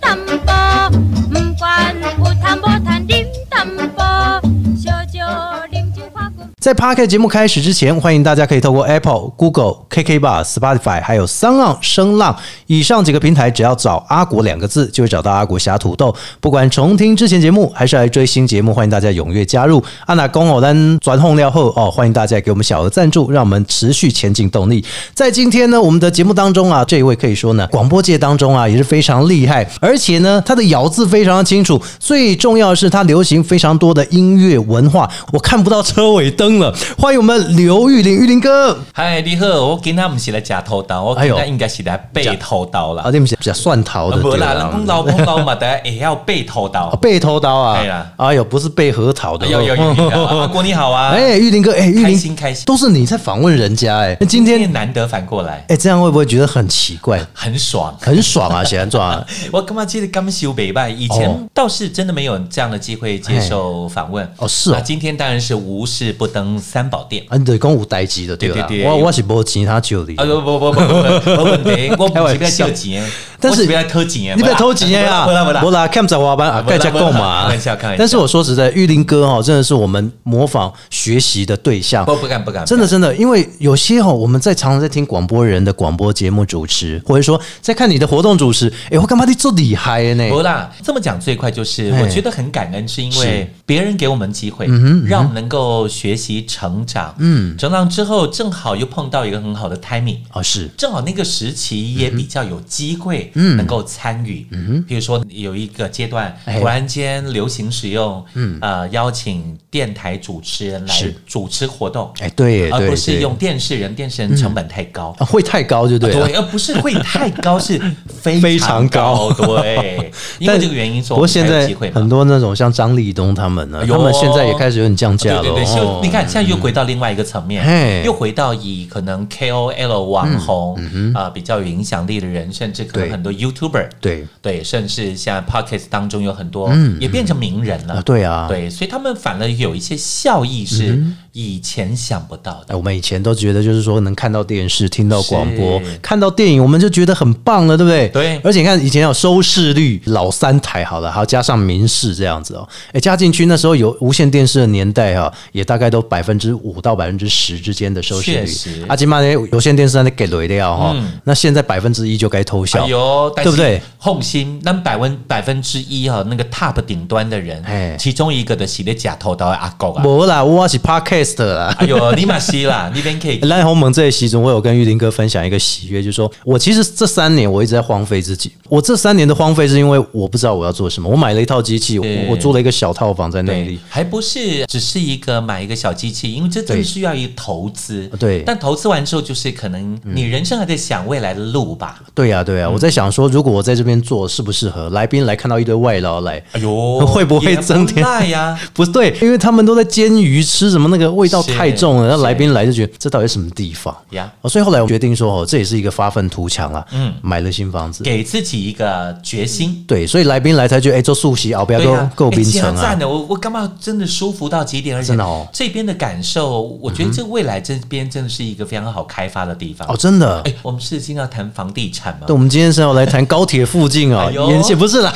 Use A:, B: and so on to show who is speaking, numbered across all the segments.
A: tâm bò Ừm, quan u tham bò than điểm tâm bò cho cho điểm chữ khoa cùng
B: 在 p a r k 节目开始之前，欢迎大家可以透过 Apple、Google、KK Bar、Spotify 还有三浪声浪以上几个平台，只要找“阿国”两个字，就会找到阿国侠土豆。不管重听之前节目，还是来追新节目，欢迎大家踊跃加入。阿那公偶单转红料后哦，欢迎大家给我们小额赞助，让我们持续前进动力。在今天呢，我们的节目当中啊，这一位可以说呢，广播界当中啊也是非常厉害，而且呢，他的咬字非常的清楚，最重要的是他流行非常多的音乐文化。我看不到车尾灯了，欢迎我们刘玉林玉林哥。
C: 嗨，你好，我今天不是来夹头刀，我
B: 哎
C: 今
B: 呦
C: 天应该是来背头刀啦
B: 啊，。对不起，比较蒜头的，
C: 无
B: 对
C: 啦，
B: 啦
C: 人讲老公老嘛，大家也要背头
B: 哦
C: 刀。
B: 背头刀啊
C: 哎呀，
B: 哎呦，不是背核桃的，
C: 有有有，有有阿郭你好啊！
B: 哎，玉林哥，哎，玉
C: 开
B: 林
C: 心开心，
B: 都是你在访问人家，哎，那今
C: 今
B: 天
C: 天难得反过来，
B: 哎，这样会不会觉得很奇怪？
C: 很爽。
B: 很爽啊，显然爽啊，
C: 我干嘛记得刚修北拜，以前
B: 哦
C: 倒是真的没有这样的机会接受访问。
B: 哦是哦
C: 啊今天当然是无事不登三宝殿。
B: 啊，你得讲有代志的对啦
C: 对对，对
B: 我我是无钱他救你
C: 啊，不不不不不不，没问题，我不是要借钱，
B: 但是
C: 不要偷钱，
B: 你不要偷急啊！
C: 不啦不啦
B: 不，啦，看不着滑板啊，
C: 不啦
B: 盖家
C: 不啦
B: 够
C: 不啦
B: 嘛
C: 开玩笑开玩笑
B: 但是我说实在，玉林哥哦，真的是我们模仿学习的对象。
C: 不不敢不敢，
B: 真的真的，因为有些哦，我们在常常在听广播人的广播节目主持，或者说在看你的活动主持，哎、我干嘛你做厉害的呢？
C: 不啦，这么讲最快就是，
B: 嘿
C: 我觉得很感恩，是因
B: 哎是嗯
C: 为别人给我们机会，让我们能够学习成长。嗯，成长之后正好又碰到一个很好的 timing。
B: 哦，是
C: 正好那个时期也比较有机会，
B: 嗯
C: 能够参与。比如说有一个阶段，
B: 哎嗯
C: 突然间流行使用，呃，邀请电台主持人来
B: 是
C: 主持活动，
B: 哎对耶
C: 而
B: 对
C: 啊不是
B: 对
C: 用电视人，电视人成本太高。
B: 啊，会太高就对了。
C: 而不是会太高， 是非
B: 非常
C: 常
B: 高
C: 对，因为
B: 但
C: 这个原因，所以
B: 不过
C: 我们才
B: 现
C: 有
B: 在
C: 机会嘛
B: 很。多那种像张立东他们呢，
C: 哎呦啊
B: 他们现在也开始有点降价
C: 对
B: 了。
C: 对对，
B: 哦
C: 就你看，现在又回到另外一个层
B: 嘿嗯
C: 面，又回到以可能 KOL 网红啊比较有影响力的人，甚至可能
B: 对
C: 很多 YouTuber，
B: 对
C: 对，甚至像 Pockets 当中有很多也变成名人
B: 啊，
C: 了，
B: 对啊，嗯
C: 对，所以他们反而有一些效益是以前想不到
B: 哎，
C: 的。
B: 我们以前都觉得就是说能看到电视、听到广播
C: 是、
B: 看到电影，我们就觉得很棒了，对不对？
C: 对
B: 而且你看以前有收视率，老三台好了，还要加上民视这样子哦。哎，加进去那时候有无线电视的年代哈、也大概都百分之五到百分之十之间的收视
C: 确实嗯
B: 率。阿金妈呢，有线电视那给雷掉哈，那现在百分之一就该偷笑。
C: 哎呦，但
B: 对不对
C: 是红心那百分百分之一哈，那个 top 顶端的
B: 哎
C: 人，其中一个的是咧假头刀的阿狗啊，
B: 没啦，我是 podcast 啦。
C: 哎呦，你嘛是啦， 你边可 以
B: 蓝鸿蒙这一期中，我有跟玉林哥分享一个喜悦，就是说我其实这三年我一直在荒废自己。我这三年的荒废是因为我不知道我要做什么。我买了一套机器，我
C: 对
B: 我租了一个小套房在内
C: 对
B: 地。，
C: 还不是只是一个买一个小机器，因为这真
B: 对啊
C: 的需要一投资。
B: 对
C: 但投资完之后，就是可能你人生还在想未来的路吧。
B: 对呀、对呀、啊我在想说，如果我在这边做适不适合？来宾来看到一堆外劳来，
C: 哎呦
B: 会不会增添
C: 也不赖呀？
B: 不对，因为他们都在煎鱼吃什么，那个味道太重了。
C: 是
B: 然后来宾来就觉得这到底什么地方
C: 呀
B: 哦所以后来我决定说，哦，这也是一个发愤图强啊，嗯，买了新房子。
C: 给自己一个决心。
B: 对，所以来宾来才觉得，哎，做素席，哦，不要
C: 对
B: 够
C: 呀，
B: 够冰
C: 哎
B: 城
C: 加
B: 啊
C: 赞。的，我我干嘛真的舒服到极点？而且
B: 真的哦
C: 这边的感受，我觉得这未来这边真的是一个非常好开发的地方。
B: 哦，真的，
C: 哎，我们是今天要谈房地产吗
B: 对，？我们今天是要来谈高铁附近哦，
C: 哎呦
B: 沿线不是 啦。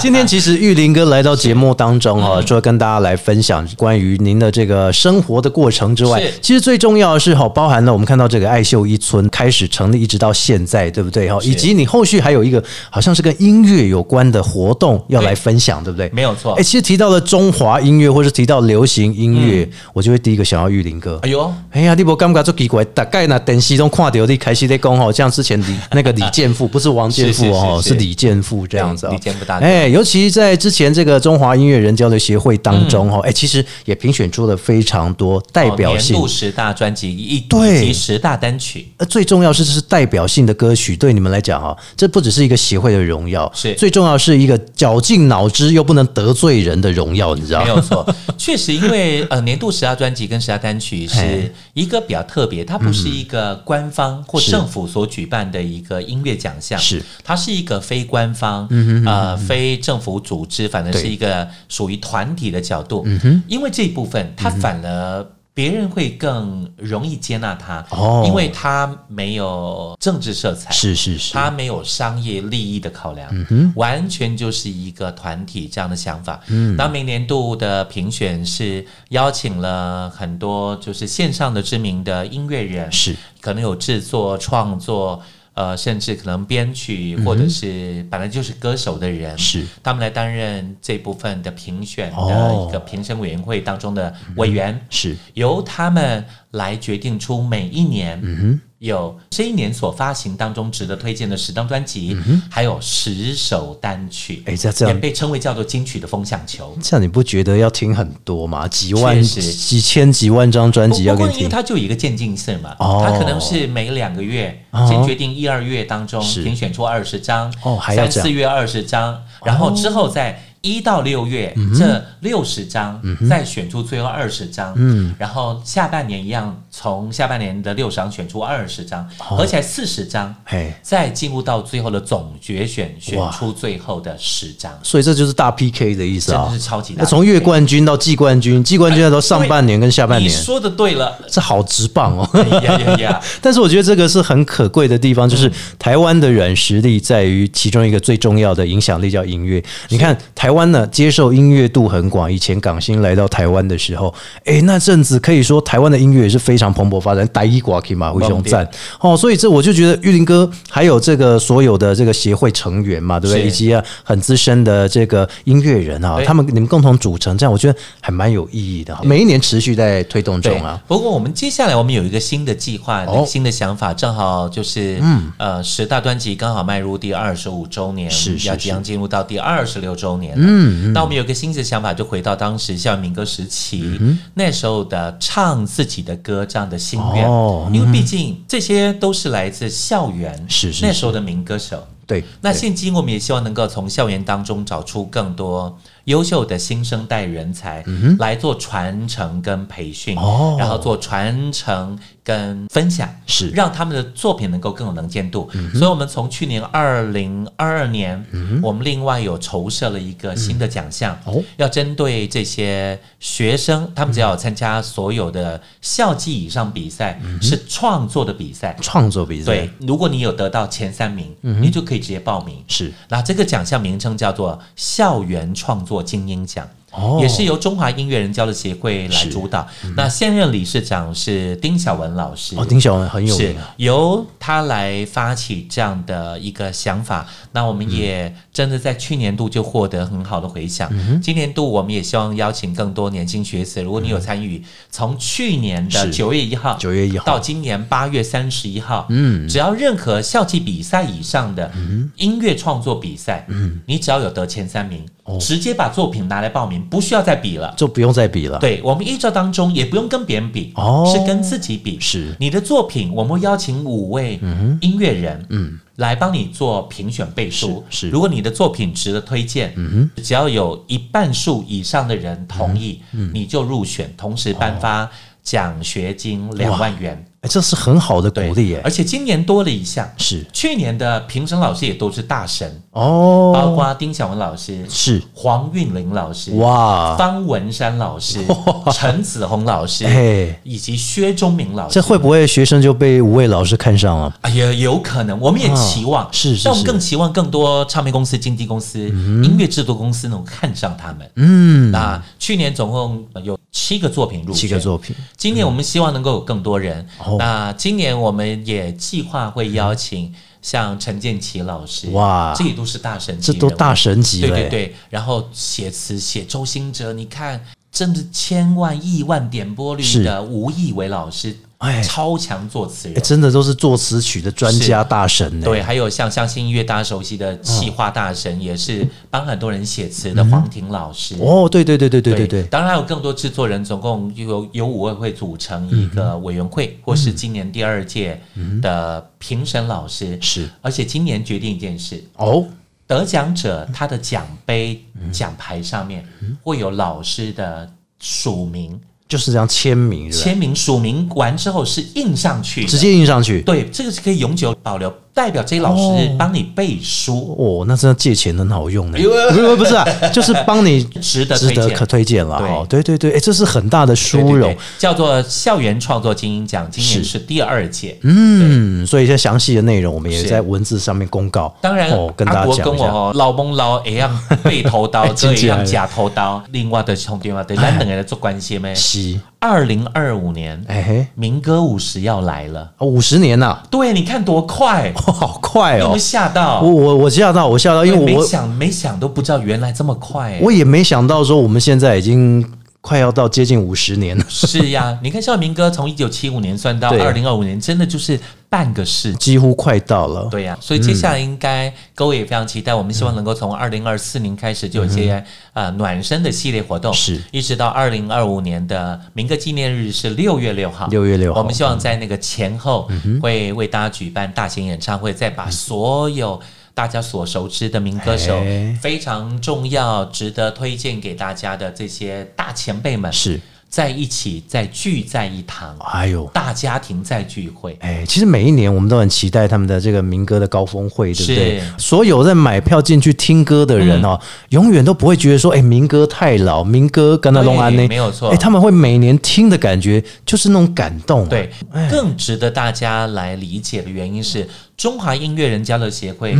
B: 今天其实玉林哥来到节目当中
C: 嗯
B: 哦，除了跟大家来分享关于您的这个生活的过程之外
C: 是，
B: 其实最重要的是哈，包含了我们看到这个爱秀一村开始成立一直到现在，对不对哈？
C: 是
B: 以及你后续还有一个好像是跟音乐有关的活动要来
C: 对
B: 分享，对不对？
C: 没有错
B: 哎，其实提到了中华音乐，或是提到流行音乐，我就会第一个想要玉林哥。
C: 嗯哎呦，
B: 哎呀，你无感觉足奇怪？大概呢，电视中看到你开始在讲吼，像之前李那个李健富，不是王健富哦，
C: 是是是是
B: 是李健富这样子哦。
C: 对李健富大哥
B: 哎，尤其在之前这个中华音乐人交流协会当中哦，哎，其实也评选出了非常多代表
C: 嗯哦
B: 性
C: 年度。十大专辑以以
B: 对
C: 及十大单曲。
B: 呃，最重要是这是代表性的歌曲，对你们来讲哈、哦，这不只是一个协会的荣耀，
C: 是
B: 最重要是一个绞尽脑汁又不能得罪人的荣耀，你知道
C: 没
B: 吗？
C: 有错，确实，因为呃，年度十大专辑跟十大单曲
B: 嘿嗯
C: 是一个比较特别，它不是一个官方或
B: 是
C: 政府所举办的一个音乐奖项，
B: 是嗯
C: 它是一个非官方、呃非政府组织，反正
B: 对嗯
C: 是一个属于团体的角度。因为这一部分，它反而别人会更容易接纳他，
B: 哦
C: 因为他没有政治色彩，
B: 是是是，
C: 他没有商业利益的考量，
B: 嗯
C: 完全就是一个团体这样的想法。
B: 嗯
C: 那明年度的评选是邀请了很多就是线上的知名的音乐人，
B: 是
C: 可能有制作、创作，呃，甚至可能编曲或者是本来就是歌手的人，
B: 嗯是
C: 他们来担任这部分的评选的
B: 哦嗯
C: 一个评审委员会当中的委员，
B: 是
C: 由他们来决定出每一年，
B: 嗯
C: 有这一年所发行当中值得推荐的十张专辑，还有十首单曲，
B: 哎嗯这这样
C: 也被称为叫做金曲的风向球。
B: 这样你不觉得要听很多吗？几万、
C: 确实
B: 几千、几万张专
C: 不
B: 辑要
C: 不
B: 给
C: 过，
B: 你
C: 因为
B: 听，
C: 它就有一个渐进性嘛，
B: 哦
C: 它可能是每两个月
B: 哦
C: 先决定一二月当中
B: 是
C: 评选出二十张，
B: 啊哦还要
C: 三
B: 这样
C: 四月二十张，然后之后在一到六月
B: 哦
C: 这六十张
B: 嗯
C: 再选出最后二十张，嗯，然后下半年一样从下半年的六十张选出二十张，合起来四十张，
B: 哦嘿，
C: 再进入到最后的总决选，选
B: 哇
C: 出最后的十张，
B: 所以这就是大 PK 的意思
C: 真
B: 啊
C: 的是。超级大
B: 那
C: 的
B: 从
C: 配
B: 月
C: 合
B: 冠军到季冠军，季冠军到上半年跟下半
C: 你
B: 年，
C: 说的对了，哎
B: 这好直棒哦。
C: 呀呀呀！
B: 但是我觉得这个是很可贵的地方，
C: 嗯
B: 就是台湾的软实力在于其中一个最重要的影响力叫音乐。你看台湾呢，接受音乐度很广。以前港星来到台湾的时候，诶，那阵子可以说台湾的音乐也是非常蓬勃发展，台一寡可以马回雄赞哦。所以这我就觉得玉林哥还有这个所有的这个协会成员嘛，对不对？
C: 是
B: 以及啊很资深的这个音乐人啊，
C: 对
B: 他们你们共同组成，这样我觉得还蛮有意义的。每一年持续在推动中啊，
C: 不过我们接下来我们有一个新的计划，
B: 哦
C: 新的想法，正好就是嗯呃十大专辑刚好迈入第二十五周年，
B: 是是
C: 要即将进入到第二十六周年嗯。那我们有一个新的想法，就回到当时校园民歌时期、
B: 嗯
C: 那时候的唱自己的歌这样的心愿，
B: 哦
C: 因为毕竟这些都是来自校园，
B: 是是
C: 那时候的民歌手。
B: 对。
C: 那
B: 对
C: 现今我们也希望能够从校园当中找出更多优秀的新生代人才，来做传承跟培训，
B: 嗯哦
C: 然后做传承跟分享，
B: 是嗯
C: 让他们的作品能够更有能见度。所以，我们从去年二零二二年，我们另外有筹设了一个新的奖项，
B: 哦
C: 要针对这些学生，他们只要有参加所有的校际以上比赛，
B: 嗯
C: 是创作的比赛，
B: 创作比赛，
C: 对，如果你有得到前三名，你就可以直接报名。
B: 是
C: 那这个奖项名称叫做“校园创作精英奖”，
B: 哦
C: 也是由中华音乐人交流协会来主导。那现任理事长是丁晓文老师。
B: 哦，丁小文很有
C: 是
B: 名啊，
C: 由他来发起这样的一个想法，那我们
B: 嗯
C: 也真的在去年度就获得很好的回响。
B: 嗯
C: 今年度我们也希望邀请更多年轻学子，如果你有参与，从去年的
B: 是
C: 九月一号，
B: 9月1号
C: 到今年八月三十一号，
B: 嗯
C: 只要任何校际比赛以上的音乐创作比赛，
B: 嗯
C: 你只要有得前三名，
B: 哦
C: 直接把作品拿来报名，不需要再比了。
B: 就不用再比了。，
C: 对我们依照当中也不用跟别人比，
B: 哦
C: 是跟自己比。
B: 是
C: 你的作品，我们会邀请五位音乐人，嗯，来帮你做评选背书。
B: 是是
C: 如果你的作品值得推荐，嗯只要有一半数以上的人同意，
B: 嗯
C: 你就入选，同时颁发
B: 哦
C: 奖学金两万元。
B: 哎，这是很好的鼓励耶。
C: 而且今年多了一项，
B: 是
C: 去年的评审老师也都是大神，
B: 哦，
C: 包括丁晓文老师、
B: 是
C: 黄韵玲老师、
B: 哇，
C: 方文山老 师、陈子红老师，
B: 哎，
C: 以及薛忠明老师。
B: 这会不会学生就被五位老师看上了？
C: 哎呀，有可能，我们也期望，
B: 啊是是
C: 但我们
B: 是嗯
C: 更期望更多唱片公司、经纪公司、音乐制作公司能够看上他们。嗯，那去年总共有七个作品入
B: 七
C: 选，
B: 个作品
C: 今年我们希望能够有更多人。
B: 哦
C: 那今年我们也计划会邀请像陈建奇老师，
B: 哇
C: 这也都是大神级
B: 这
C: 人物，
B: 都大神级
C: 对
B: 了耶，
C: 对对，然后写词写周兴哲，你看，真的千万亿万点播率
B: 是
C: 的吴亦伟老师，
B: 哎
C: 超强作词
B: 哎，
C: 人。
B: 真的都是作词曲的专家大神呢。
C: 对，，啊还有像相信音乐大家熟悉的气化大神，也是帮很多人写词的黄婷老师。
B: 嗯哦，对对对对对对对，
C: 当然还有更多制作人，总共有有五位会组成一
B: 嗯
C: 个委员会，或是今年第二届的评审老师。
B: 是
C: 而且今年决定一件事，
B: 哦，
C: 得奖者他的奖杯、
B: 嗯
C: 奖牌上面会有老师的署名，
B: 就是这样签名，对不对
C: 签名署名完之后是印上去的，
B: 直接印上去。
C: 对，这个是可以永久保留。代表这些老师帮你背书，
B: 哦，那真的借钱很好用的，
C: 哎呦
B: 不是不是啊，就是帮你
C: 值得
B: 值
C: 推
B: 得
C: 荐
B: 可。推荐了哦。对对对，哎，这是很大的
C: 对
B: 殊
C: 对
B: 荣
C: 对。叫做校园创作精英奖，今年
B: 是
C: 是第二届。
B: 嗯，所以一些详细的内容我们也
C: 是
B: 在文字上面公告。
C: 当然，
B: 哦，跟
C: 阿
B: 大家
C: 国
B: 讲
C: 跟
B: 一
C: 我
B: 下。哎
C: 哦，老蒙 老一样背
B: 啊
C: 头刀，这
B: 真
C: 一
B: 起来了
C: 样假头刀，另外的兄弟嘛，对，
B: 哎
C: 咱两个人做关系咩？
B: 是，
C: 二零二五年，
B: 哎嘿，哦
C: 民歌五十要来了，
B: 五十年呐，
C: 对，你看多快，
B: 哇好快
C: 有没
B: 哦
C: 有！吓到？哎
B: 我我我吓到，我吓到，因为
C: 没
B: 我
C: 想没想都不知道原来这么快、欸。
B: 我也没想到说我们现在已经快要到接近五十年了，
C: 是呀，你看，像民歌从一九七五年算到
B: 对
C: 二零二五年，真的就是半个世纪。
B: 几乎快到了。
C: 对呀、哦所以接下来应该各位也非常期待，我们希望能够
B: 嗯
C: 从二零二四年开始就有一些、呃暖身的系列活动，
B: 是
C: 一直到二零二五年的民歌纪念日是六月六号，
B: 6月6号嗯
C: 我们希望在那个前后会为大家举办大型演唱会，再把所有。大家所熟知的民歌手
B: 哎
C: 非常重要，值得推荐给大家的这些大前辈们，
B: 是，
C: 在一起再聚在一堂，
B: 哎呦，
C: 大家庭再聚会。
B: 哎，其实每一年我们都很期待他们的这个民歌的高峰会，对不对
C: 是？嗯
B: 所有在买票进去听歌的人哦，永远都不会觉得说，哎，民歌太老，民歌跟他弄安
C: 对
B: 呢，
C: 没有错
B: 哎，他们会每年听的感觉就是那种感动、啊。
C: 对，更值得大家来理解的原因是，中华音乐人交流协会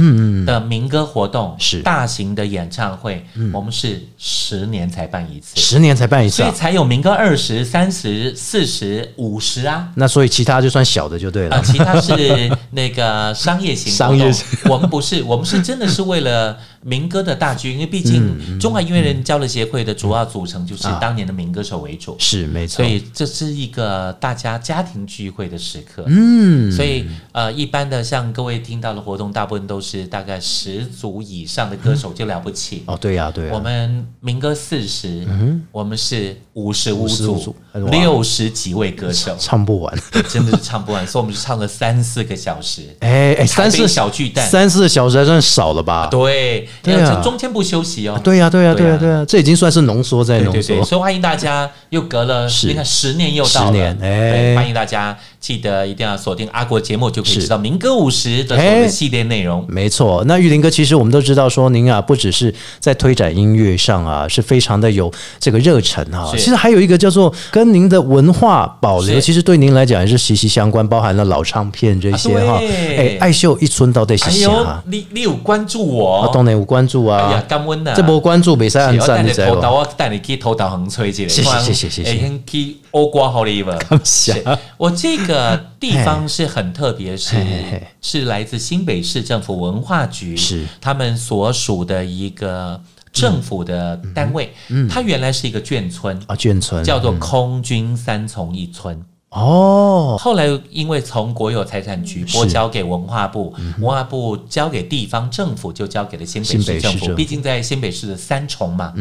C: 的民歌活动
B: 嗯是嗯
C: 大型的演唱会，我们是十年才办一次，
B: 十年才办一次、
C: 所以
B: 啊，
C: 才有民歌二十三十四十五 十啊。
B: 那所以其他就算小的就对了。
C: 啊，其他是那个商业型活
B: 商
C: 动
B: 业型
C: 我们不是，我们是真的是为了民歌的大局，因为毕竟中华音乐人交流协会的主要组成就是
B: 嗯啊
C: 当年的民歌手为主，
B: 是没错，
C: 所以这是一个大家家庭聚会的时刻。
B: 嗯，
C: 所以呃，一般的像各位听到的活动，大部分都是大概十组以上的歌手就了不起。
B: 哦，对呀、对呀、
C: 我们民歌四十、我们是五十嗯五
B: 55
C: 组
B: 组哎，哇，
C: 六十几位歌手
B: 唱不完。
C: 真的是唱不完，所以我们就唱了三四个小时。
B: 哎哎，
C: 台
B: 三
C: 北
B: 四
C: 小巨蛋
B: 三四个小时还算少了吧？
C: 对，
B: 对啊
C: 要这中间不休息哦。
B: 对呀、对呀、对呀、
C: 对啊
B: 对呀、这已经算是浓缩再
C: 对
B: 浓
C: 对
B: 缩。
C: 对，所以欢迎大家又隔了，
B: 是
C: 你看十年又到了，
B: 十年哎
C: 对欢迎大家记得一定要锁定阿国节目，就可以
B: 是
C: 知道民歌五十的所有
B: 哎
C: 的系列内容。
B: 没错，那玉林哥，其实我们都知道，说您啊，不只是在推展音乐上啊，是非常的有这个热忱啊。
C: 是
B: 其实还有一个叫做跟您的文化保留，
C: 是
B: 其实对您来讲也是息息相关，包含了老唱片这些哈。
C: 啊
B: 哎
C: 对，
B: 爱秀一村到底是
C: 哎
B: 谁
C: 呦
B: 啊？，
C: 你你有关注我？
B: 啊，当然有关注
C: 哎
B: 啊
C: 呀，，感恩呐！
B: 这波关注北山暗
C: 是哎我带
B: 战，
C: 你
B: 你知道
C: 头
B: 吗
C: 导，我带你去头导横吹去。
B: 哦谢谢谢谢谢谢
C: 哎，先去欧瓜好哩吧。
B: 谢
C: 是我这 个地方是很特别，是
B: 嘿嘿嘿
C: 是来自新北市政府文化局，
B: 是
C: 他们所属的一个政府的单位。
B: 嗯
C: 它原来是一个眷村，
B: 啊，眷村
C: 叫做空军三重一村。
B: 哦，
C: 后来因为从国有财产局拨
B: 是嗯
C: 交给文化部，文化部交给地方政府，就交给了新北
B: 新北
C: 市
B: 市
C: 政
B: 政
C: 府。
B: 府嗯
C: 毕竟在新北市的三重嘛。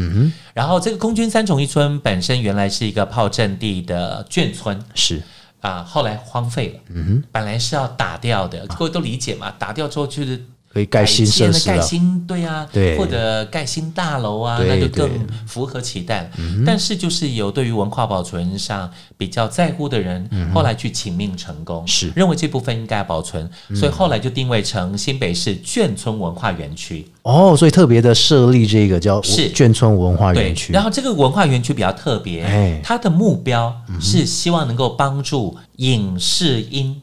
C: 然后这个空军三重一村本身原来是一个炮阵地的眷村。
B: 是
C: 啊，后来荒废了，
B: 嗯
C: 本来是要打掉的，各位都理解嘛，打掉之后就是
B: 可以啊盖新设
C: 改
B: 施
C: 建盖
B: 了，
C: 新对啊，
B: 对
C: 或者盖新大楼啊，
B: 对
C: 那就更
B: 对嗯
C: 符合期待了。但是就是有对于文化保存上比较在乎的人，后来去请命成功，
B: 嗯是嗯
C: 认为这部分应该保存，所以后来就定位成新北市眷村文化园区。
B: 哦，所以特别的设立这个叫
C: 是
B: 眷村文化
C: 对
B: 园，区
C: 然，后这个文化园区比较特别，
B: 哎嗯
C: 它的目标是希望能够帮助影视音，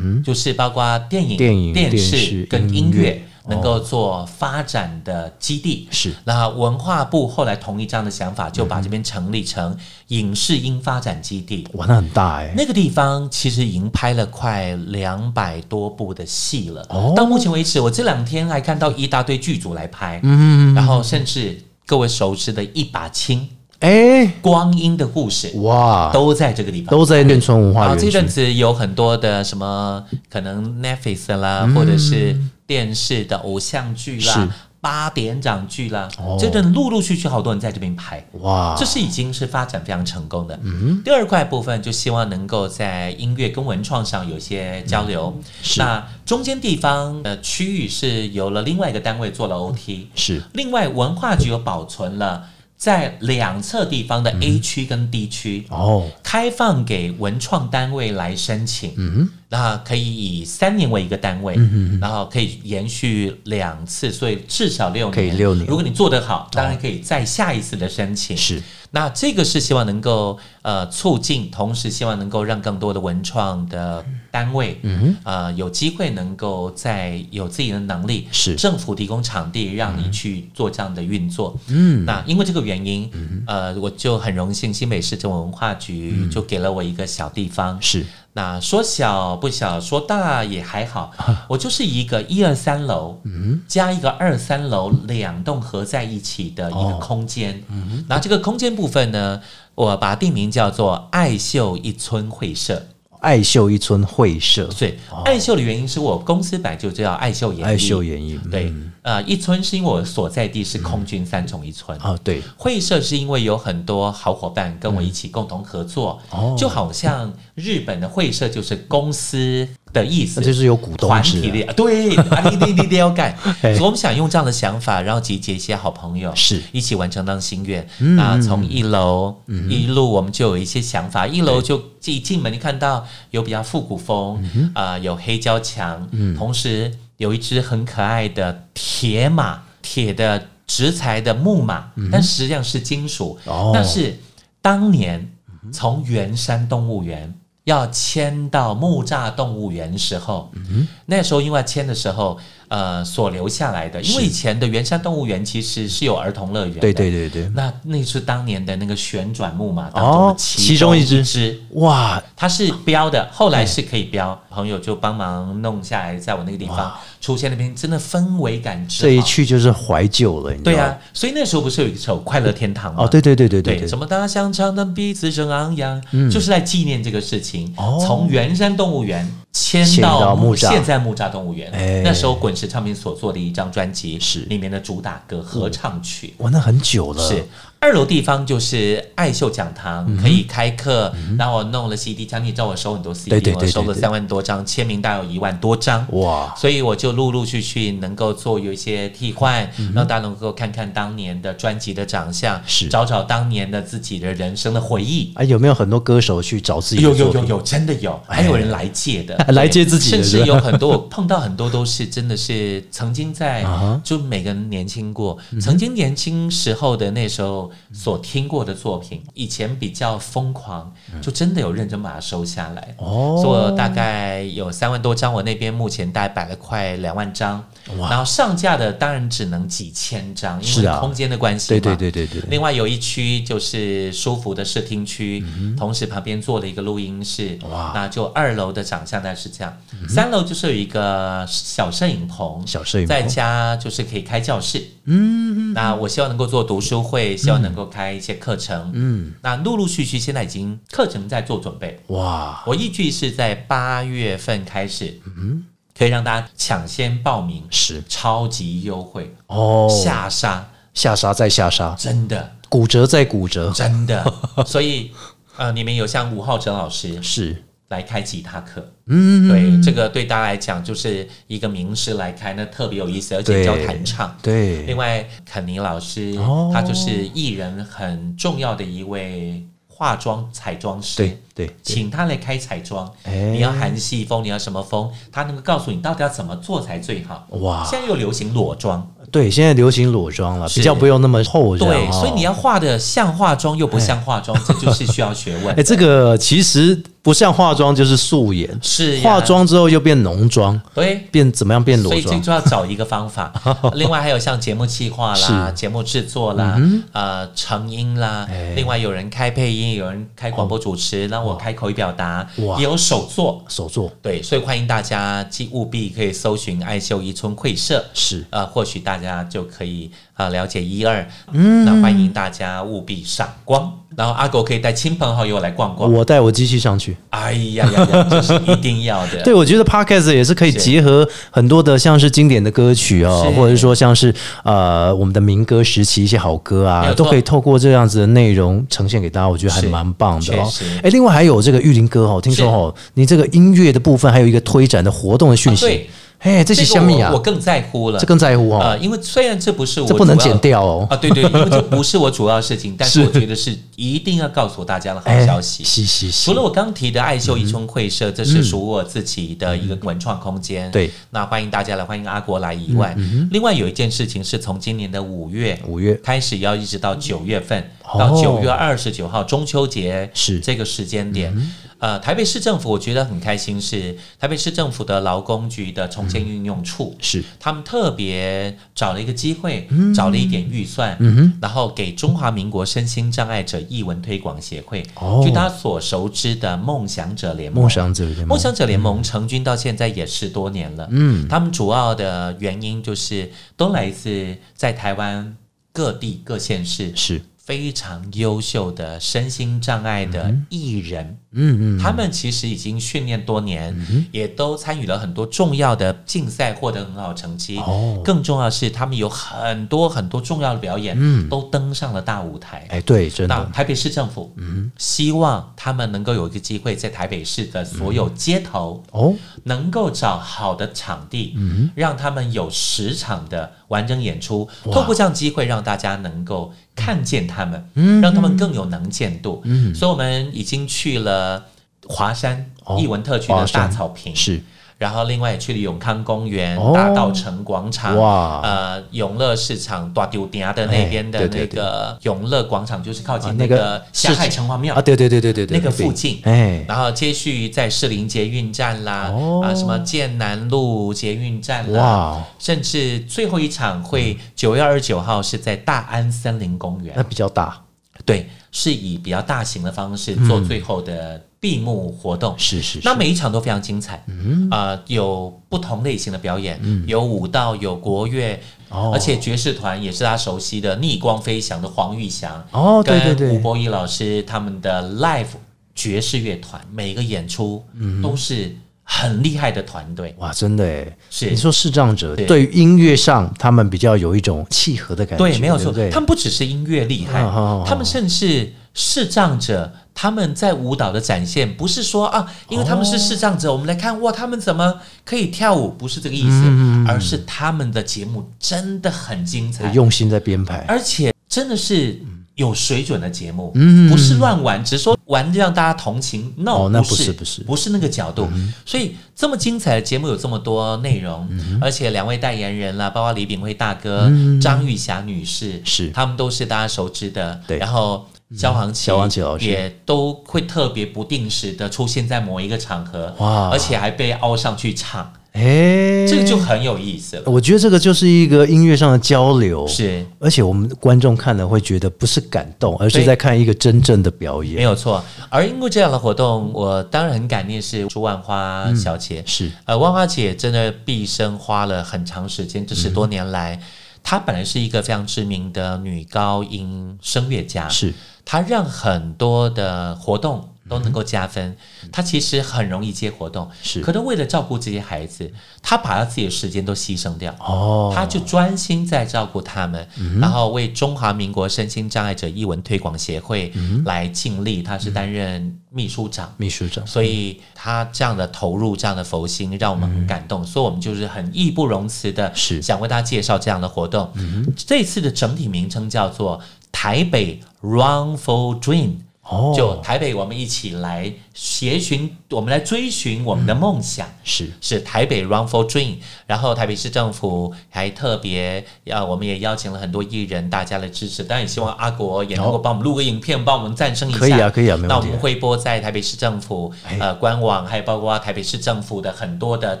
C: 就是包括电影、
B: 嗯电影
C: 电
B: 电视
C: 视跟音
B: 音
C: 乐
B: 乐哦
C: 能够做发展的基地。
B: 是
C: 那文化部后来同意这样的想法，就把这边成立成影视音发展基地。
B: 哇，那很大哎，
C: 那个地方其实已经拍了快两百多部的戏了。
B: 哦
C: 到目前为止，我这两天还看到一大堆剧组来拍，
B: 嗯，
C: 然后甚至各位熟知的一把青。
B: 哎。
C: 光阴的故事
B: 哇，
C: 都在这个地方。
B: 都在眷村文
C: 然
B: 化
C: 后
B: 园
C: 啊这
B: 区。
C: 阵子有很多的什么，可能 Netflix 啦，或者是电视的偶像剧
B: 嗯是
C: 啦、八点档剧啦，
B: 哦
C: 这阵陆陆续续好多人在这边拍。
B: 哇，
C: 这是已经是发展非常成功的。
B: 嗯
C: 第二块部分就希望能够在音乐跟文创上有一些交流。
B: 嗯是
C: 那中间地方的区域是有了另外一个单位做了 OT，
B: 是
C: 另外，文化局有保存了在两侧地方
B: 嗯
C: 的 A 区跟 D 区，
B: 哦，
C: 开放给文创单位来申请。
B: 嗯，
C: 那可以以三年为一个单位，然后可以延续两次，所以至少六年。
B: 可以六年哦
C: 如果你做得好，当然可以再下一次的申请。
B: 是，
C: 那这个是希望能够呃促进，同时希望能够让更多的文创的单位，嗯，呃，有机会能够在有自己的能力，
B: 是
C: 政府提供场地让你去做这样的运作。嗯，那因为这个原因，呃，我就很荣幸新北市政府文化局就给了我一个小地方，
B: 是
C: 那说小不小，说大也 还好。我就是一个一二三楼，
B: 嗯
C: 加一个二三楼，两栋合在一起的一个
B: 哦
C: 空间。
B: 嗯
C: 然后这个空间部分呢，我把地名叫做爱秀一村会社。
B: 爱秀一村会社，
C: 所以爱秀的原因是我公司本来就叫爱秀演艺，
B: 哦爱秀演艺，嗯
C: 对，呃，一村是因为我所在地是空军三重一村。
B: 啊，对，
C: 会社是因为有很多好伙伴跟我一起共同合作，
B: 哦
C: 就好像日本的会社就是公司的意思
B: 那，就是有股东
C: 团
B: 制
C: 体
B: 啊，
C: 的对，啊，你你你你要干，
B: 嘿
C: 所以我们想用这样的想法，然后集结一些好朋友，
B: 是
C: 一起完成当心愿。那从一楼一路我们就有一些想法，一楼就一进门你看到有比较复古风，啊，有黑胶墙，同时有一只很可爱的铁马，铁的直材的木马，但实际上是金属
B: 哦，
C: 那是当年从圆山动物园。要迁到木栅动物园时候，
B: 嗯
C: 那时候因为迁的时候，呃，所留下来的，因为以前的圆山动物园其实是有儿童乐园的，
B: 对对对对，
C: 那那是当年的那个旋转木马当中
B: 哦
C: 的
B: 其中
C: 一
B: 一只
C: 只
B: 哇，
C: 它是标的，后来是可以标，朋友就帮忙弄下来，在我那个地方出现那边，真的氛围感之
B: 这一
C: 好
B: 去就是怀旧了，你知道
C: 对
B: 吗
C: 啊，所以那时候不是有一首《快乐天堂》吗？
B: 哦，对对对对对嗯
C: 对，什么大象长的鼻子正昂扬，就是在纪念这个事情。
B: 哦
C: 从圆山动物园迁
B: 迁到
C: 到
B: 木栅
C: 现在木栅动物园
B: 哎，
C: 那时候滚石唱片所做的一张专辑，
B: 是
C: 里面的主打歌合唱曲。
B: 哇，那很久了，嗯
C: 是二楼地方就是爱秀讲堂，可以开课。然后我弄了 CD 墙，你知道我收很多 CD，
B: 对对对
C: 我收
B: 对
C: 了
B: 对
C: 三万多张，签名大概有一万多张。
B: 哇，
C: 所以我就陆陆续续能够做有一些替换，让大家能够看看当年的专辑的长相，
B: 嗯是
C: 找找当年的自己的人生的回忆。
B: 哎，有没有很多歌手去找自己的
C: 有有
B: 作品，
C: 有有，真的有，还有人来借的
B: 哎 来借自己的
C: 对
B: 是
C: 甚
B: 吧
C: 至有很多我 碰到很多都是真的是曾经在
B: 啊哈，嗯
C: 就每个人年轻过，曾经年轻时候的那时候所听过的作品，以前比较疯狂，就真的有认真把它收下来。
B: 嗯哦
C: 做大概有三万多张，我那边目前大概摆了快两万张，
B: 哇
C: 然后上架的当然只能几千张，因
B: 是啊
C: 为空间的关系
B: 对
C: 嘛。
B: 对对对对，
C: 另外有一区就是舒服的视听区，同时旁边做了一个录音室。
B: 嗯哇嗯
C: 那就二楼的长相大概是这样，三楼就是有一个小摄影棚，
B: 小摄影棚
C: 在家就是可以开教室。嗯，那我希望能够做读书会，希望能够开一些课程。嗯，那陆陆续续现在已经课程在做准备。
B: 哇，
C: 我依据是在八月份开始，嗯，可以让大家抢先报名，
B: 是
C: 超级优惠，
B: 哦，
C: 下杀，
B: 下杀再下杀，
C: 真的。
B: 骨折再骨折，
C: 真的。 所以，呃，你们有像吴浩哲老师
B: 是
C: 来开吉他课，
B: 嗯，
C: 对，这个对大家来讲就是一个名师来开，那特别有意思，而
B: 对
C: 且教弹唱。
B: 对
C: 另外，肯尼老师、
B: 哦
C: 他就是艺人很重要的一位化妆彩妆师，
B: 对对对，
C: 请他来开彩妆，
B: 哎
C: 你要韩系风，你要什么风，他能够告诉你到底要怎么做才最好。
B: 哇，
C: 现在又流行裸妆，
B: 对，现在流行裸妆了，
C: 是
B: 比较不用那么厚这样
C: 对，
B: 哦
C: 所以你要化的像化妆又不像化 妆，这就是需要学问
B: 哎，。这个其实不像化妆就是素颜，
C: 是呀
B: 化妆之后又变浓妆，
C: 对，
B: 变怎么样变裸
C: 所以这
B: 妆？
C: 就要找一个 方法。另外还有像节目企划啦、
B: 是嗯
C: 节目制作啦、呃成音啦，
B: 哎哦
C: 另外有人开配音，有人开广播主持，那、我开口语表达，
B: 哇
C: 也有手作。
B: 手作
C: 对，所以欢迎大家，既务必可以搜寻爱秀一村会社。
B: 是
C: 呃，或许大家就可以啊、呃了解一二，嗯，那欢迎大家务必赏光，然后阿狗可以带亲朋好友来逛逛，
B: 我带我机器上去。
C: 哎呀呀呀，这是一定要 的，
B: 对，我觉得 podcast 也是可以
C: 是
B: 结合很多的，像是经典的歌曲哦，
C: 是
B: 或者说像是呃我们的民歌时期一些好歌
C: 没
B: 啊，
C: 有
B: 都
C: 错
B: 可以透过这样子的内容呈现给大家，我觉得还
C: 是
B: 蛮棒的哦
C: 确实。
B: 哎，另外还有这个玉林哥哦，听说哦，你这个音乐的部分还有一个推展的活动的讯
C: 啊
B: 息
C: 对，
B: 哎，这
C: 这
B: 是
C: 个
B: 虾米啊
C: 我我？更在乎了
B: 这。更在乎哦，
C: 呃，因为虽然这不是我
B: 这不能
C: 主要
B: 剪掉哦。
C: 啊，对对，因为这不是我主要的事情， 但是
B: 是哎
C: 我觉得是一定要告诉大家的好消息。
B: 是是是
C: 除，了我刚提的爱
B: 嗯
C: 秀宜春会社，这是属我自己的一个文创空间。
B: 嗯对，嗯
C: 那欢迎大家来，欢迎阿国来以外，另外有一件事情是从今年的五月
B: 五月
C: 开始，要一直到九月份，
B: 哦
C: 到九月二十九号中秋节
B: 是嗯
C: 这个时间点。呃，台北市政府我觉得很开心是，台北市政府的劳工局的重建运用处，
B: 是
C: 他们特别找了一个机会，
B: 嗯
C: 找了一点预算，然后给中华民国身心障碍者译文推广协会，
B: 哦
C: 就大家所熟知的梦想者联盟。
B: 梦想者联
C: 梦
B: 盟
C: 想者联盟成军到现在也十多年了，嗯，他们主要的原因就是都来自在台湾各地各县市
B: 是，
C: 非常优秀的身心障碍的艺人，
B: 嗯嗯，嗯
C: 他们其实已经训练多年，也都参与了很多重要的竞赛，获得很好的成绩。
B: 哦
C: 更重要的是，他们有很多很多重要的表演，
B: 嗯
C: 都登上了大舞台。
B: 哎，对，真
C: 那
B: 的，
C: 台北市政府，希望他们能够有一个机会，在台北市的所有街头，
B: 哦，
C: 能够找好的场地，
B: 嗯
C: 让他们有十场的完整演出，
B: 哇
C: 透过这样机会让大家能够看见他们，
B: 嗯
C: 让他们更有能见度。所以我们已经去了华山
B: 哦
C: 艺文特区
B: 华
C: 的
B: 山
C: 大草坪，
B: 是
C: 然后另外也去了永康公园、
B: 哦
C: 大道城广场、
B: 哇
C: 呃永乐市场、大丢嗲的那边
B: 啊哎
C: 的
B: 对对对
C: 那个永乐广场，就是靠
B: 啊
C: 近
B: 那
C: 那
B: 个
C: 个霞
B: 市
C: 海城隍庙
B: 啊，对对对对对对，
C: 那个
B: 对
C: 附近
B: 哎，
C: 然后接续在士林捷运站啦，
B: 哦
C: 啊什么剑南路捷运
B: 啊
C: 站啦，
B: 哇，
C: 甚至最后一场会九月二十九号是在大安森林公园，
B: 那比较大，
C: 对，是以比较大型的方式做最后的闭幕活动。
B: 嗯是是是
C: 那，每一场都非常精彩，嗯啊、有不同类型的表演，
B: 嗯
C: 有舞蹈，有国乐，
B: 哦
C: 而且爵士团也是他熟悉的逆光飞翔的黄玉祥，
B: 哦，对对
C: 跟
B: 对
C: 吴，博义老师他们的 Live 爵士乐团，每个演出
B: 嗯
C: 都是很厉害的团队，
B: 哇，真的哎，
C: 是
B: 你说视障者
C: 对
B: 对于音乐上，他们比较有一种契合的感觉，
C: 对，没有
B: 不
C: 错
B: 对，
C: 他们不只是音乐厉害
B: 嗯好好好，
C: 他们甚至视障者。他们在舞蹈的展现，不是说啊，因为他们是视障者，我们来
B: 哦
C: 看哇，他们怎么可以跳舞，不是这个意思，
B: 嗯
C: 而是他们的节目真的很精彩，
B: 用心在编排，
C: 而且真的是有水准的节目，
B: 嗯
C: 不是乱玩，只是说玩让大家同情。No，、
B: 哦那
C: 不
B: 不是不是嗯
C: 不是那个角度。所以这么精彩的节目有这么多内容，而且两位代言人啦，包括李炳辉大哥、张玉霞女士，
B: 嗯是
C: 他们都是大家熟知的。
B: 对嗯
C: 然后。萧煌奇，
B: 萧煌奇老师
C: 也都会特别不定时的出现在某一个场合，
B: 哇
C: 而且还被凹上去唱，
B: 哎，
C: 这个就很有意思了。
B: 我觉得这个就是一个音乐上的交流，
C: 是，
B: 而且我们观众看了会觉得不是感动，而是
C: 对
B: 在看一个真正的表
C: 没
B: 演。
C: 有错。而因为这样的活动，我当然很感念是朱万花
B: 嗯
C: 小姐。
B: 是
C: 呃，万花姐真的毕生花了很长时间，
B: 嗯
C: 这十多年来，她本来是一个非常知名的女高音声乐家，
B: 是，嗯
C: 她让很多的活动都能够加分。她其实很容易接活动，
B: 是
C: 可是为了照顾这些孩子，她把她自己的时间都牺牲掉。
B: 哦，嗯
C: 他就专心在照顾他们，然后为中华民国身心障碍者译文推广协会
B: 嗯
C: 来尽力。他是担任秘书长，
B: 秘书长
C: 所以他这样的投入、这样的佛心，让我们很感动。所以，我们就是很义不容辞的，
B: 嗯是嗯
C: 想为大家介绍这样的活动。这次的整体名称叫做台北 Run for Dream。
B: 哦，
C: 就台北，我们一起来协寻，我们来追寻我们的梦想。
B: 是
C: 是台北 Run for Dream，然后台北市政府还特别要，我们也邀请了很多艺人，大家的支持。当然，也希望阿国也能够帮我们录个影片，帮我们赞声一下。
B: 可以啊可以啊没问题啊哎
C: 那我们会播在台北市政府呃官网，还有包括台北市政府的很多的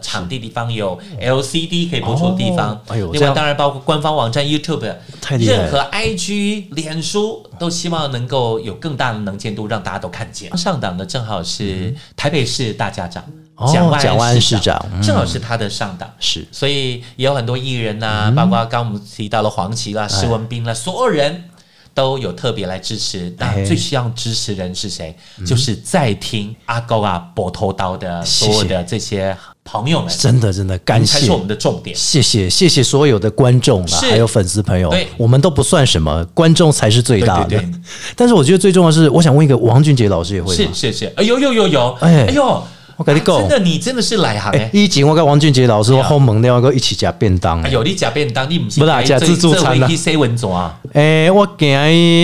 C: 场地地方有 LCD 可以播出的地方
B: 哦。哎呦这
C: 另外
B: 样
C: 当然包括官方网站 YouTube，
B: 太厉害了
C: 任何 IG、脸书都希望能够有更大的能见度，让大家都看见。上档的正好
B: 嗯
C: 是台北市大家长。
B: 哦蒋万安市长嗯
C: 正好是他的上档，
B: 是嗯
C: 所以也有很多艺人呐、包括刚刚我们提到了黄琦
B: 哎
C: 啦、施文斌啦，所有人都有特别来支持。那
B: 哎嗯
C: 最希望支持人是谁？就是在听阿高啊、博头刀的
B: 谢
C: 所
B: 谢
C: 有的这些朋友们，
B: 真的真的感
C: 才
B: 谢
C: 是我。们的重点。
B: 谢谢谢谢所有的观众啦，
C: 是
B: 还有粉丝朋友
C: 对，
B: 我们都不算什么，观众才是最大的。
C: 对对对
B: 但是我觉得最重要的是，我想问一个王俊杰老师也会吗
C: 是？是是，哎呦呦呦呦，
B: 哎
C: 哎呦，
B: 我跟你讲
C: 真的，你真的是来行
B: 哎
C: 哎，。
B: 以前我跟王俊杰老师我后门了，个一起吃便当啊
C: 哎。呦，你假便当，你不是
B: 不啦吃自助餐啦
C: 去 C 文总啊？
B: 哎，我给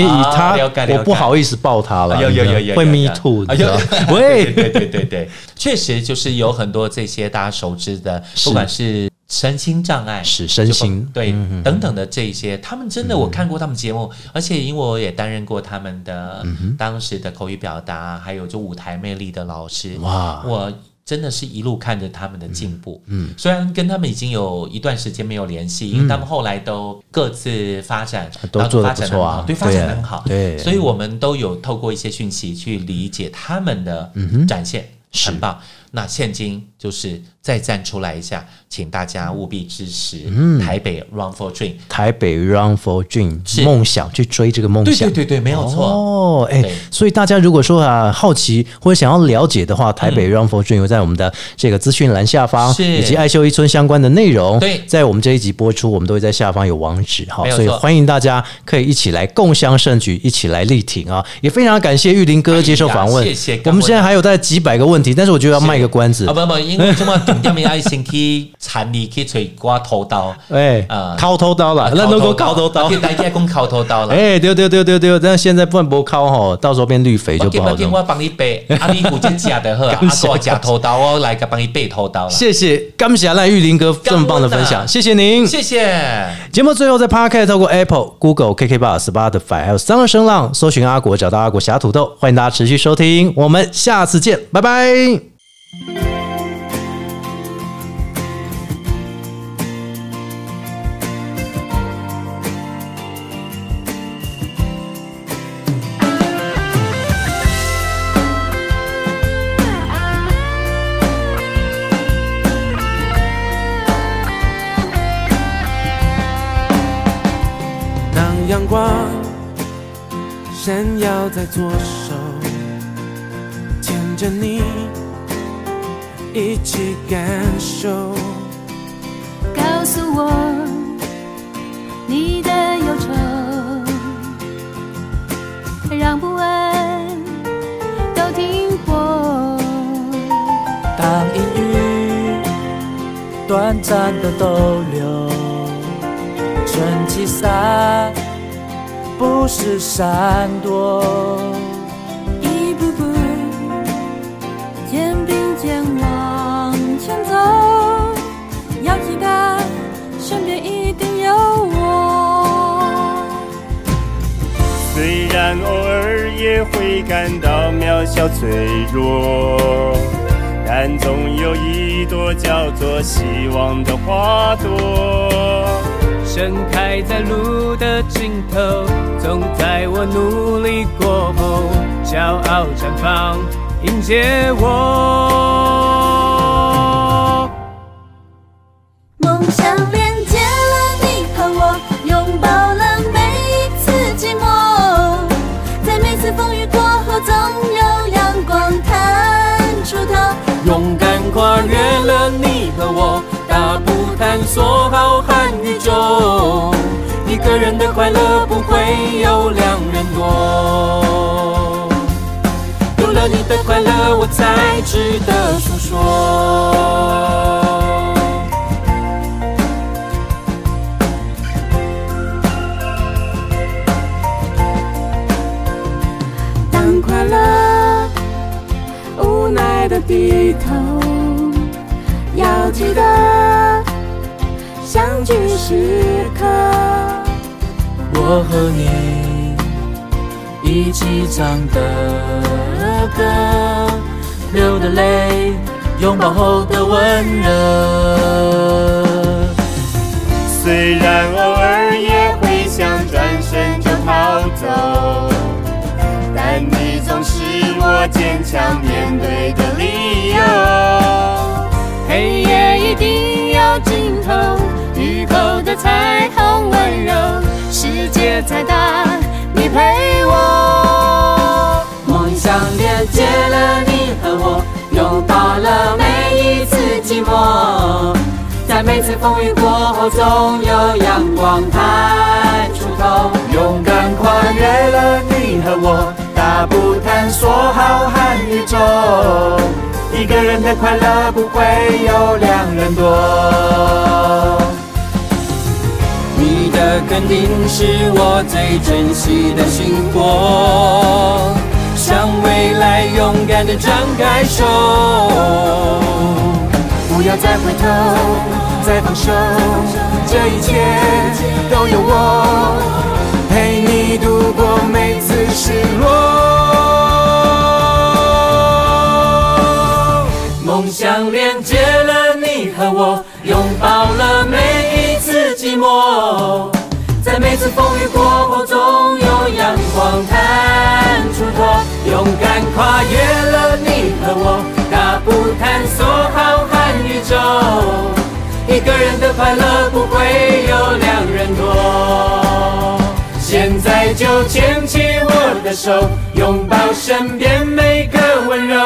C: 啊
B: 他
C: 了解了，解哎
B: 我不好意思抱他了，
C: 啊有有有有有
B: 会
C: 有
B: me
C: 有
B: too，
C: 哎
B: 你知道吗
C: 呦 对
B: 喂，
C: 对对对对，确实就是有很多这些大家熟知的，
B: 是
C: 不管是身心障碍、
B: 是身心嗯
C: 就对等等的这一些，他们真的我看过他们节目，而且因为我也担任过他们的
B: 嗯
C: 当时的口语表达，还有就舞台魅力的老师，
B: 哇
C: 我。真的是一路看着他们的进步，嗯，虽然跟他们已经有一段时间没有联系，因为他们后来都各自发展，
B: 都
C: 然后
B: 做得
C: 发展
B: 不错嗯啊
C: 很好对，
B: 对
C: 发展得很好，
B: 对
C: 所以我们都有透过一些讯息去理解他们的
B: 嗯
C: 展现，
B: 是
C: 很棒。那现今就是再站出来一下，请大家务必支持
B: 嗯
C: 台北 Run for Dream。
B: 台北 Run for Dream
C: 是
B: 梦想，去追这个梦
C: 对
B: 想
C: 对。对对，没有错。
B: 哦，哎、
C: 对
B: 所以大家如果说啊好奇或者想要了解的话，台北 Run for Dream 有在我们的这个资讯栏下方，
C: 嗯是
B: 以及爱秀一村相关的内容，
C: 对
B: 在我们这一集播出，我们都会在下方有网址哈
C: 没，有
B: 所以
C: 错
B: 欢迎大家可以一起来共襄盛举，一起来力挺啊！也非常感谢玉林哥接受访问，
C: 哎呀谢谢
B: 我
C: 各位
B: 们现在还有大概几百个问题，但是我觉得要
C: 是
B: 卖个关子
C: 啊，，不不，因为这么顶掉面爱心去铲你去吹刮 头刀，
B: 哎、
C: 啊
B: 敲头刀了，那都给我敲头刀
C: 啊。大家讲敲头刀了。
B: 哎，对对对对对，但是现在不然不敲吼，到时候变绿肥就
C: 我
B: 不
C: 今
B: 好
C: 我
B: 弄
C: 今。我帮 你背，啊你古真假的呵，
B: 感
C: 啊
B: 谢
C: 我假头刀，我来个帮你背头刀了。
B: 谢谢，感谢赖玉林哥这么棒的分
C: 感
B: 享，
C: 恩啊
B: 谢谢您。
C: 谢谢。
B: 节目最后，在 Podcast 透过 Apple、Google、KK Bar、Spotify 还有三个声浪搜寻阿国，找到阿国侠土豆。欢迎大家持续收听，我们下次见，拜拜。
D: 当阳光闪耀在左手，牵着你一起感受，
E: 告诉我你的忧愁，让不安都停泊。
F: 当阴雨短暂的逗留，撑起伞不是闪躲，
E: 一步步肩并肩往前走，要记得身边一定有我。
G: 虽然偶尔也会感到渺小脆弱，但总有一朵叫做希望的花朵。
F: 盛开在路的尽头，总在我努力过后，骄傲绽放，迎接我。
E: 梦想连接了你和我，拥抱了每一次寂寞，在每次风雨过后，总有阳光探出头。
F: 勇敢跨越了你和我，大步探索浩瀚宇宙。一个人的快乐不会有两人多，有了你的快乐，我才值得诉说。
E: 当快乐无奈的低头，要记得相聚时刻。
F: 我和你一起唱的歌，流的泪，拥抱后的温热。
G: 虽然偶尔也会想转身就跑走，但你总是我坚强面对的理由。
F: 黑夜一定要尽头，雨后的彩虹温柔，世界再大，你陪我。梦想连接了你和我，拥抱了每一次寂寞，在每次风雨过后，总有阳光探出头。
D: 勇敢跨越了你和我，大步探索浩瀚宇宙。
G: 一个
F: 个人的快乐不会有两人多。你的肯定是我最珍惜的星火，向未来勇敢的张开手，不要再回头，再放手，这一切都有我陪你度过每次失落。梦想连接了你和我，拥抱了每一次寂寞，在每次风雨过后，总有阳光探出头，勇敢跨越了你和我，大步探索浩瀚宇宙，一个人的快乐不会有两人多。现在就牵起我的手，拥抱身边每个温柔。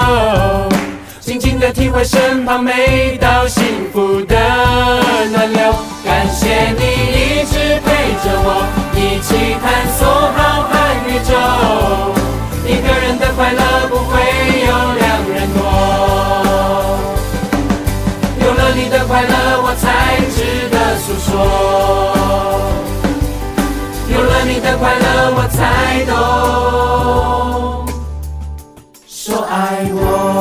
F: 静静的体会身旁每道幸福的暖流。感谢你一直陪着我，一起探索浩瀚宇宙。一个人的快乐不会有两人多，有了你的快乐我才值得诉说，有了你的快乐我才懂说爱我。